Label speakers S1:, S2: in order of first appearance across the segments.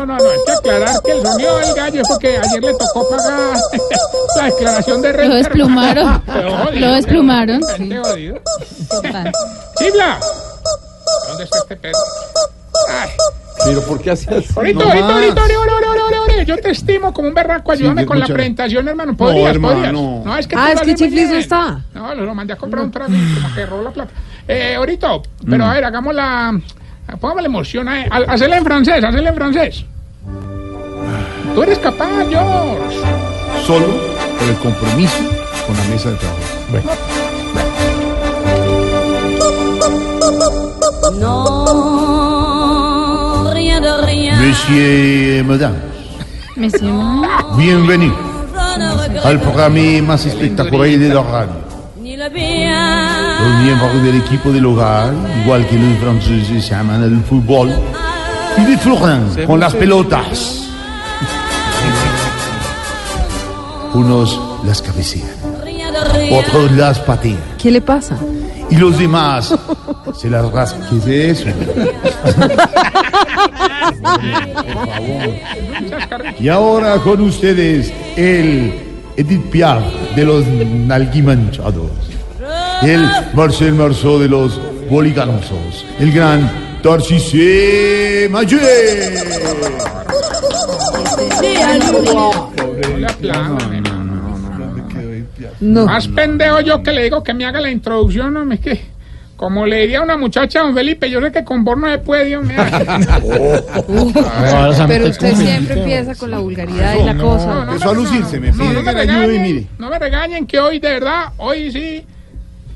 S1: No, no, no, hay que aclarar que el sonido del gallo es porque ayer le tocó pagar la declaración de
S2: Lo
S1: renta.
S2: desplumaron.
S1: Pero jodido,
S2: Lo desplumaron,
S1: pero
S2: sí.
S1: gente jodida.
S2: Total.
S1: ¡Chibla! ¿Dónde está este perro? Ay,
S3: Pero ¿por qué hacías así?
S1: ahorita,
S3: No
S1: ahorita,
S3: más.
S1: ahorita, ore, ore, ore, ore, ore. Yo te estimo como un berraco. Ayúdame
S3: Sí,
S1: con la
S3: muchas-
S1: presentación, hermano. Podrías,
S3: hermano,
S1: podrías.
S3: no.
S1: es que tú
S4: Ah,
S1: lo
S4: es que
S1: haces muy
S4: Chiflis no
S1: bien.
S4: está.
S1: No, lo, lo mandé a comprar un trago y como que robó la plata. Eh, ahorita, pero
S3: Mm.
S1: a ver, hagamos la... Pongamos la emoción. a- a- Hacela en francés, hacela en francés. Tú eres capaz, George.
S3: Solo por el compromiso con la mesa de trabajo.
S5: Non, rien de rien.
S3: Monsieur et Madame,
S2: Me siento-
S3: bienvenido
S5: Je ne
S3: al
S5: regrette
S3: programa más espectacular de la radio.
S5: ni le bien,
S3: Los miembros del equipo del hogar, igual que los franceses se aman el fútbol, y disfrutan con las pelotas. Unos las cabecean,
S5: rien de rien.
S3: otros las patean.
S4: ¿Qué le pasa?
S3: y los demás se las rascan. ¿Qué es eso? y ahora con ustedes el Edith Piaf de los nalguimanchados, el Marcel Marceau de los boliganosos, el gran Tarcisé Mayer.
S1: No le aplaudan, hermano.
S4: No.
S1: Más pendejo yo que le digo que me haga la introducción, no es que como le diría a una muchacha, don Felipe, yo sé que con vos no se puede, Dios mío.
S4: Pero usted siempre empieza con la vulgaridad y la
S1: No, no
S4: cosa.
S1: me-
S3: Empezó a lucirse, me
S1: no, no
S3: pide
S1: me
S3: que le ayude y
S1: regañen,
S3: mire.
S1: No me regañen que hoy de verdad, hoy sí,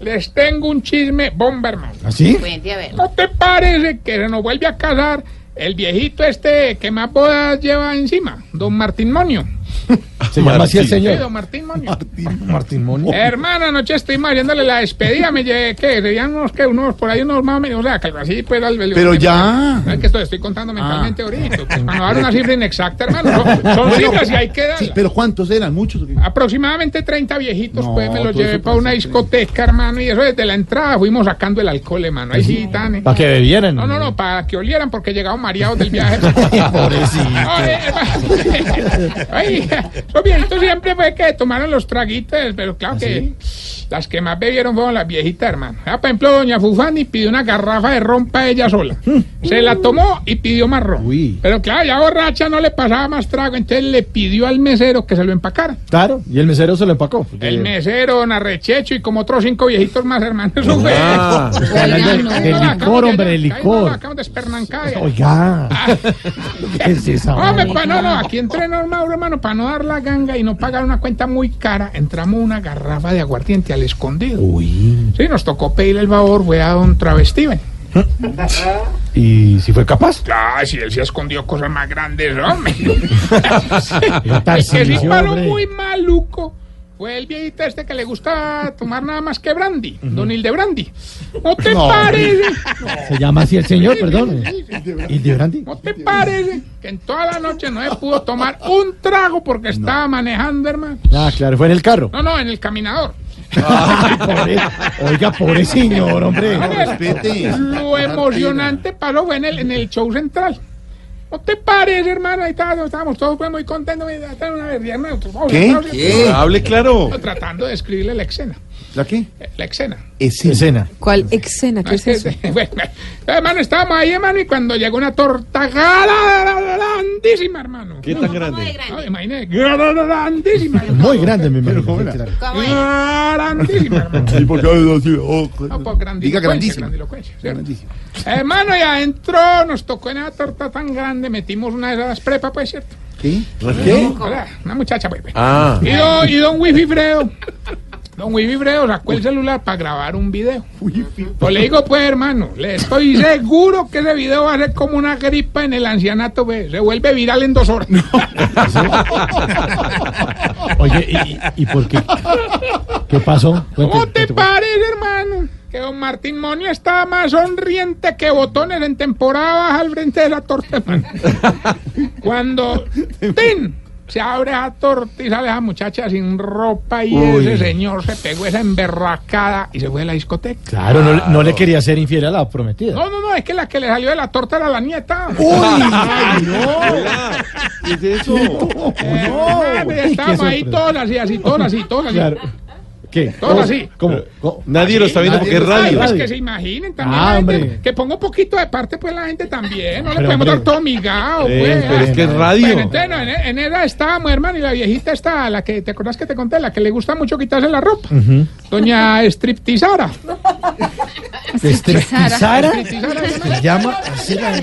S1: les tengo un chisme bomba, hermano.
S3: ¿Así?
S1: ¿No te parece que se nos vuelve a casar el viejito este que más bodas lleva encima? Don Martín Monio.
S6: Se llama así el
S1: Sí,
S6: señor.
S1: don Martín Monio.
S6: Martín Monio.
S1: Hermano, anoche estuvimos haciéndole la despedida, me llevé, ¿qué? Serían unos, ¿qué? Unos, por ahí unos más o menos, o sea, que algo así, pues, al
S3: Pero ya. Ah.
S1: Es que estoy, estoy contando mentalmente ahorita, pues, para no dar una cifra inexacta, hermano. Son, son cifras y hay que darlas.
S3: Sí, pero ¿cuántos eran? ¿Muchos?
S1: Aproximadamente 30 viejitos,
S3: No,
S1: pues, me los
S3: todo
S1: llevé
S3: eso
S1: para una
S3: parece
S1: discoteca, hermano, y eso desde la entrada fuimos sacando el alcohol, hermano. Ahí sí, tan, eh.
S6: Para que bebieran.
S1: No, no, no, para que olieran porque llegaban mareados del viaje.
S6: Pobrecito.
S1: Ay, hermano. Ay, los viejitos siempre fue que tomaron los traguitos, pero
S6: ¿Ah,
S1: claro que las que más bebieron fueron las viejitas, hermano. Ah, por ejemplo, doña Fufani pidió una garrafa de rompa ella sola. Se la tomó y pidió más ron.
S6: Mm. Uy.
S1: Pero claro, ya borracha no le pasaba más trago, entonces le pidió al mesero que se lo empacara.
S6: Claro, y el mesero se lo empacó.
S1: El mesero, don Arrechecho y como otros cinco viejitos más, hermano. Eso fue.
S6: Ah,
S2: Oiga,
S6: del,
S2: no.
S6: del
S1: Caímos la
S6: licor,
S1: cama,
S6: hombre, el
S1: ya, caímos la
S6: licor.
S1: cama despernacada.
S6: Oiga. ¿Qué es esa?
S1: Hombre,
S6: vaina?
S1: pa- no, no, aquí entre Norma, Mauro, hermano, para no dar la ganga y no pagar una cuenta muy cara, entramos una garrafa de aguardiente al escondido.
S6: Uy.
S1: Sí, nos tocó pedirle el favor, fue a don Travestiven.
S6: ¿Y si fue capaz?
S1: Ah, si él se escondió cosas más grandes, hombre. el que sí
S6: Tarcisio,
S1: paró
S6: hombre.
S1: muy maluco fue el viejito este que le gusta tomar nada más que brandy, don Hildebrandi. ¿No te
S3: No.
S1: parece?
S6: Se llama así el señor, perdón. ¿Y de Brandi?
S1: ¿No te parece que en toda la noche no se pudo tomar un trago porque estaba manejando, hermano?
S6: Ah, claro, fue en el carro.
S1: No, no, en el caminador. Ah.
S6: Ay, pobre- oiga, pobre señor, hombre.
S3: respete.
S1: Lo emocionante pasó fue en el, en el show central. ¿No te parece, hermano? Ahí estábamos, estábamos todos pues, muy contentos. mira, hasta una vez, ya, hermano, nosotros, vamos,
S3: ¿Qué?
S1: vamos,
S3: Hable claro.
S1: Tratando de escribirle la escena.
S3: ¿La qué?
S1: eh, La escena.
S3: Escena.
S6: Escena.
S4: ¿Cuál escena? ¿Qué es Pues eso?
S1: Bueno, hermano, estábamos ahí, hermano, y cuando llegó una torta grandísima, hermano.
S7: ¿Qué tan grande?
S1: No, imagínate, grandísima. hermano.
S6: Muy grande, mi hermano.
S1: Grandísima, hermano.
S3: ¿Y por qué hablo así? Oh,
S1: No, pues, por grandilocuencia,
S3: Diga grandísima.
S1: grandilocuencia, ¿cierto?
S3: Grandísima.
S1: Hermano, ya entró, nos tocó en una torta tan grande, metimos una de las prepas, pues, ¿cierto?
S3: ¿Qué?
S7: ¿Qué?
S1: Hola, una muchacha, pues. pues.
S7: Ah,
S1: Y don, y don Wifi Breo. Don Wifi Breo sacó el celular para grabar un video. Pues le digo, pues, hermano, le estoy seguro que ese video va a ser como una gripa en el ancianato, pues. Se vuelve viral en dos horas.
S6: Oye, ¿y, y- y por qué? ¿Qué pasó? Cuente,
S1: ¿Cómo te
S6: cuente, cuente.
S1: parece, hermano? Que don Martín Monio estaba más sonriente que botones en temporada baja al frente de la torta, hermano. Cuando ¡tin! Se abre a tortizar a esa muchacha sin ropa y
S3: Uy.
S1: ese señor se pegó esa emberracada y se fue de la discoteca.
S6: Claro, no, le- no le quería ser infiel a la prometida.
S1: No, no, no, es que la que le salió de la torta era la nieta.
S3: ¡Ay,
S7: ¿Qué es eso?
S1: Eh, ah, mira,
S6: Uy, qué
S1: Estábamos ahí
S6: sorpresa.
S1: todas así, así, todas así, todas así.
S6: Claro. ¿Qué?
S1: Todo así.
S6: ¿Cómo? ¿Cómo?
S7: Nadie lo está viendo porque es
S1: Ay,
S7: radio.
S1: pues que se imaginen también.
S6: Ah,
S1: la gente,
S6: hombre.
S1: que ponga un poquito de parte, pues la gente también. No le
S6: Pero,
S1: podemos
S6: hombre.
S1: dar todo migado,
S7: Eh,
S1: pues.
S7: pero es que es radio.
S1: Pero entonces, no, en, en edad estábamos, hermano, y la viejita está, la que te acordás que te conté, la que le gusta mucho quitarse la ropa. Doña Striptizara.
S6: ¿Striptizara?
S1: Striptizara, yo no
S6: ¿Este, ¿Se
S1: sé.
S6: llama? así la-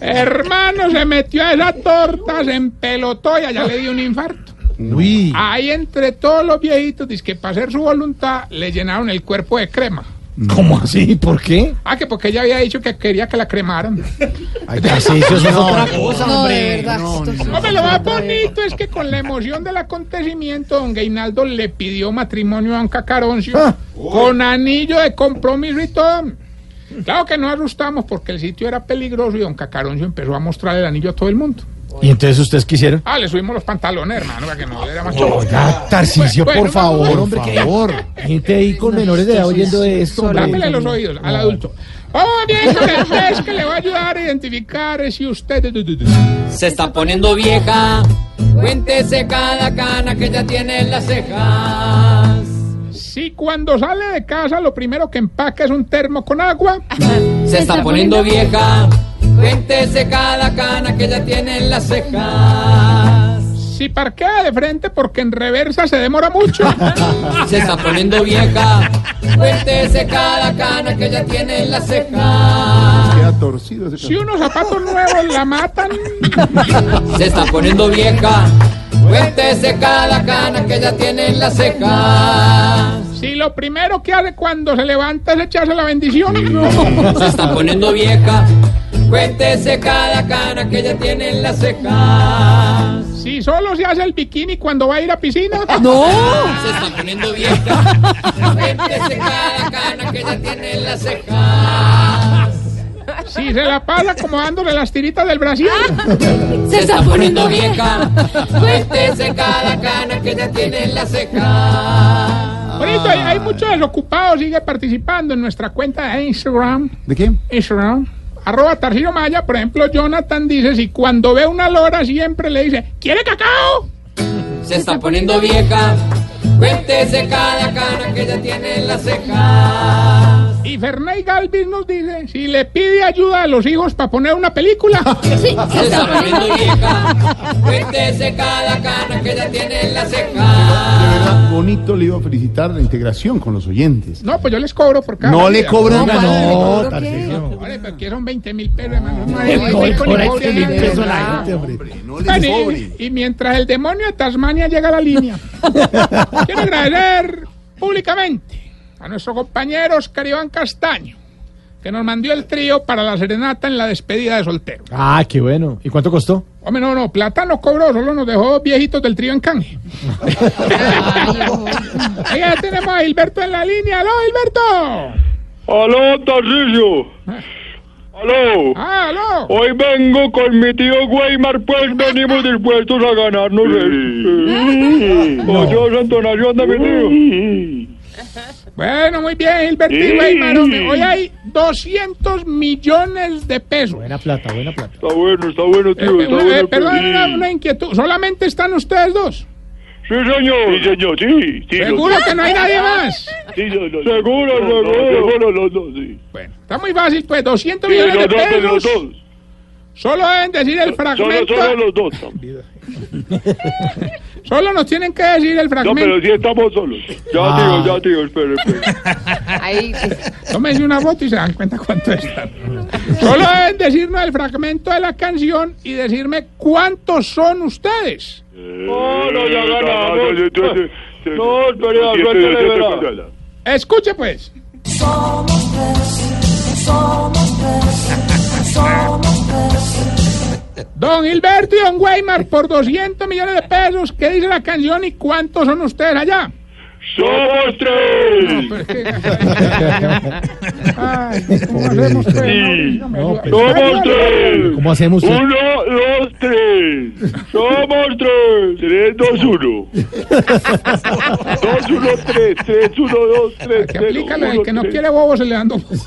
S1: Hermano, se metió a esa torta, se empelotó y allá le dio un infarto.
S7: Uy.
S6: Ah.
S1: Ahí entre todos los viejitos, dice que para hacer su voluntad le llenaron el cuerpo de crema.
S6: ¿Cómo así? ¿Por qué?
S1: Ah, que porque ella había dicho que quería que la cremaran.
S6: Ay, casi, eso es otra cosa.
S4: No, de verdad. esto es-
S1: Hombre, lo más bonito es que con la emoción del acontecimiento, don Gainaldo le pidió matrimonio a un cacaroncio
S6: Ah.
S1: con anillo de compromiso y todo. Claro que nos asustamos porque el sitio era peligroso y don Cacaroncio empezó a mostrar el anillo a todo el mundo.
S6: ¿Y entonces ustedes quisieron?
S1: Ah, le subimos los pantalones, hermano, para que no era más chorro.
S6: Oiga, Tarcicio,
S1: Bueno,
S6: por
S1: bueno,
S6: favor,
S1: bueno.
S6: hombre. Por favor. Gente ahí con menores de edad oyendo esto,
S1: Lápele
S6: hombre.
S1: los oídos al adulto. Vamos bien con el test que le va a ayudar a identificar si usted...
S8: Se está poniendo vieja. Cuéntese cada cana que ya tiene en las cejas.
S1: Si cuando sale de casa lo primero que empaca es un termo con agua...
S8: Se está poniendo vieja. Cuéntese cada cana que ya tiene en las cejas.
S1: Si parquea de frente porque en reversa se demora mucho.
S8: Se está poniendo vieja. Cuéntese cada cana que ya tiene en las cejas.
S7: Queda torcido ese
S1: Si unos zapatos nuevos la matan.
S8: Se está poniendo vieja. Cuéntese cada cana que ya tiene en las cejas.
S1: Si lo primero que hace cuando se levanta es echarse la bendición.
S8: Se está poniendo vieja. Cuéntese cada cana que ya tiene en las cejas.
S1: Si solo se hace el bikini cuando va a ir a piscina.
S8: Se está poniendo vieja. Cuéntese cada cana que ya tiene en las cejas.
S1: Si se la pasa como dándole las tiritas del Brasil.
S8: Se está poniendo vieja. Cuéntese cada cana que ya tiene en las cejas.
S1: Por eso hay, hay muchos desocupados. Sigue participando en nuestra cuenta de Instagram.
S3: ¿De qué?
S1: Instagram. Arroba Tarcillo Maya, por ejemplo, Jonathan dice, si cuando ve una lora siempre le dice, ¿quiere cacao?
S8: Se está poniendo vieja. Cuéntese cada cana que ya tiene en las cejas.
S1: Y Ferney Galvis nos dice, si le pide ayuda a los hijos para poner una película.
S8: Se está poniendo vieja. Cuéntese cada cana que ya tiene en las cejas.
S3: Bonito le iba a felicitar la integración con los oyentes.
S1: No, pues yo les cobro por cada
S3: No le
S1: día.
S4: No,
S3: cobran nada.
S4: padre,
S6: No,
S4: ¿por qué?
S6: Tarcicio.
S1: Hombre, pero aquí son 20 mil pesos, hermano. No hay-
S6: El
S1: no hay
S6: gol
S1: rico ni
S6: por este ahí
S1: pobre,
S6: se le
S1: de
S6: empezó la
S1: verdad.
S6: gente, hombre.
S3: No le
S1: Bueno, y-
S3: cobren.
S1: y, mientras el demonio de Tasmania llega a la línea, quiero agradecer públicamente a nuestro compañero Oscar Iván Castaño, que nos mandó el trío para la serenata en la despedida de soltero.
S6: Ah, qué bueno. ¿Y cuánto costó?
S1: Hombre, no, no, plata no cobró, solo nos dejó dos viejitos del trío en canje. Ahí ya tenemos a Gilberto en la línea. ¡Aló, Gilberto!
S9: Aló, Tarcicio. Aló.
S1: ¡Ah, aló!
S9: Hoy vengo con mi tío Weimar, pues venimos dispuestos a ganarnos el... Oye, Santonario, anda mi tío.
S1: Bueno, muy bien, Gilberto y Weimar, hombre. Hoy hay 200 millones de pesos.
S6: Buena plata, buena plata.
S9: Está bueno, está bueno,
S1: Eh,
S9: tío, está
S1: una- eh,
S9: bueno.
S1: perdón,
S9: pues.
S1: una, una inquietud. ¿Solamente están ustedes dos?
S9: Sí, señor. Sí, señor, sí.
S1: ¿Seguro que no hay nadie más?
S9: Seguro, seguro. Seguro, los dos, sí.
S1: Bueno, está muy fácil, pues. 200
S9: Sí,
S1: millones de
S9: los dos, pero los
S1: pesos.
S9: dos.
S1: Solo deben decir el
S9: Solo,
S1: fragmento.
S9: solo los dos.
S1: Solo nos tienen que decir el
S9: No, pero
S1: fragmento.
S9: sí estamos solos. Ya,
S1: Ah.
S9: tío, ya, tío, espere, espere.
S4: Ahí,
S1: Tómense una foto y se dan cuenta cuánto están. Solo deben decirnos el fragmento de la canción y decirme cuántos son ustedes.
S9: Ah, No, Eh, no, ya ganamos. Pues, No, espere, la suerte le verá.
S1: Escuche, pues. Don Gilberto y Don Weimar por 200 millones de pesos. ¿Qué dice la canción y cuántos son ustedes allá?
S9: ¡Somos tres!
S1: Pero es que- Ay, ¿cómo hacemos, pues?
S9: Sí.
S1: No, no me ayuda.
S9: ¡Somos tres!
S6: ¿Cómo hacemos? eh?
S9: Uno, dos, tres. Somos tres. Tres, dos, uno. dos, uno, tres. Tres, uno, dos, tres.
S1: Que
S9: tres,
S1: aplícala, el
S9: uno,
S1: que no
S9: tres.
S1: quiere bobo se le dan dos.
S9: Si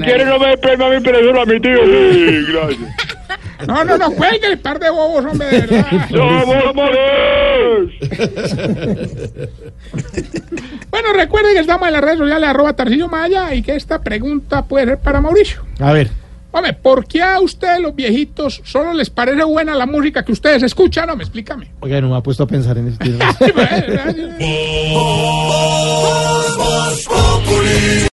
S9: quiere no me dé premio a mí, pero solo a mi tío. Sí, gracias.
S1: No, no, no, cuelgue el par de bobos, hombre, de verdad.
S9: Somos tres.
S1: Bueno, recuerden que estamos en las redes sociales, arroba Tarcillo Maya, y que esta pregunta puede ser para Mauricio.
S6: A ver.
S1: Hombre, ¿por qué a ustedes los viejitos solo les parece buena la música que ustedes escuchan? No, me explícame.
S6: Oiga, no me ha puesto a pensar en esto.
S1: Sí, pues, eh, eh, eh.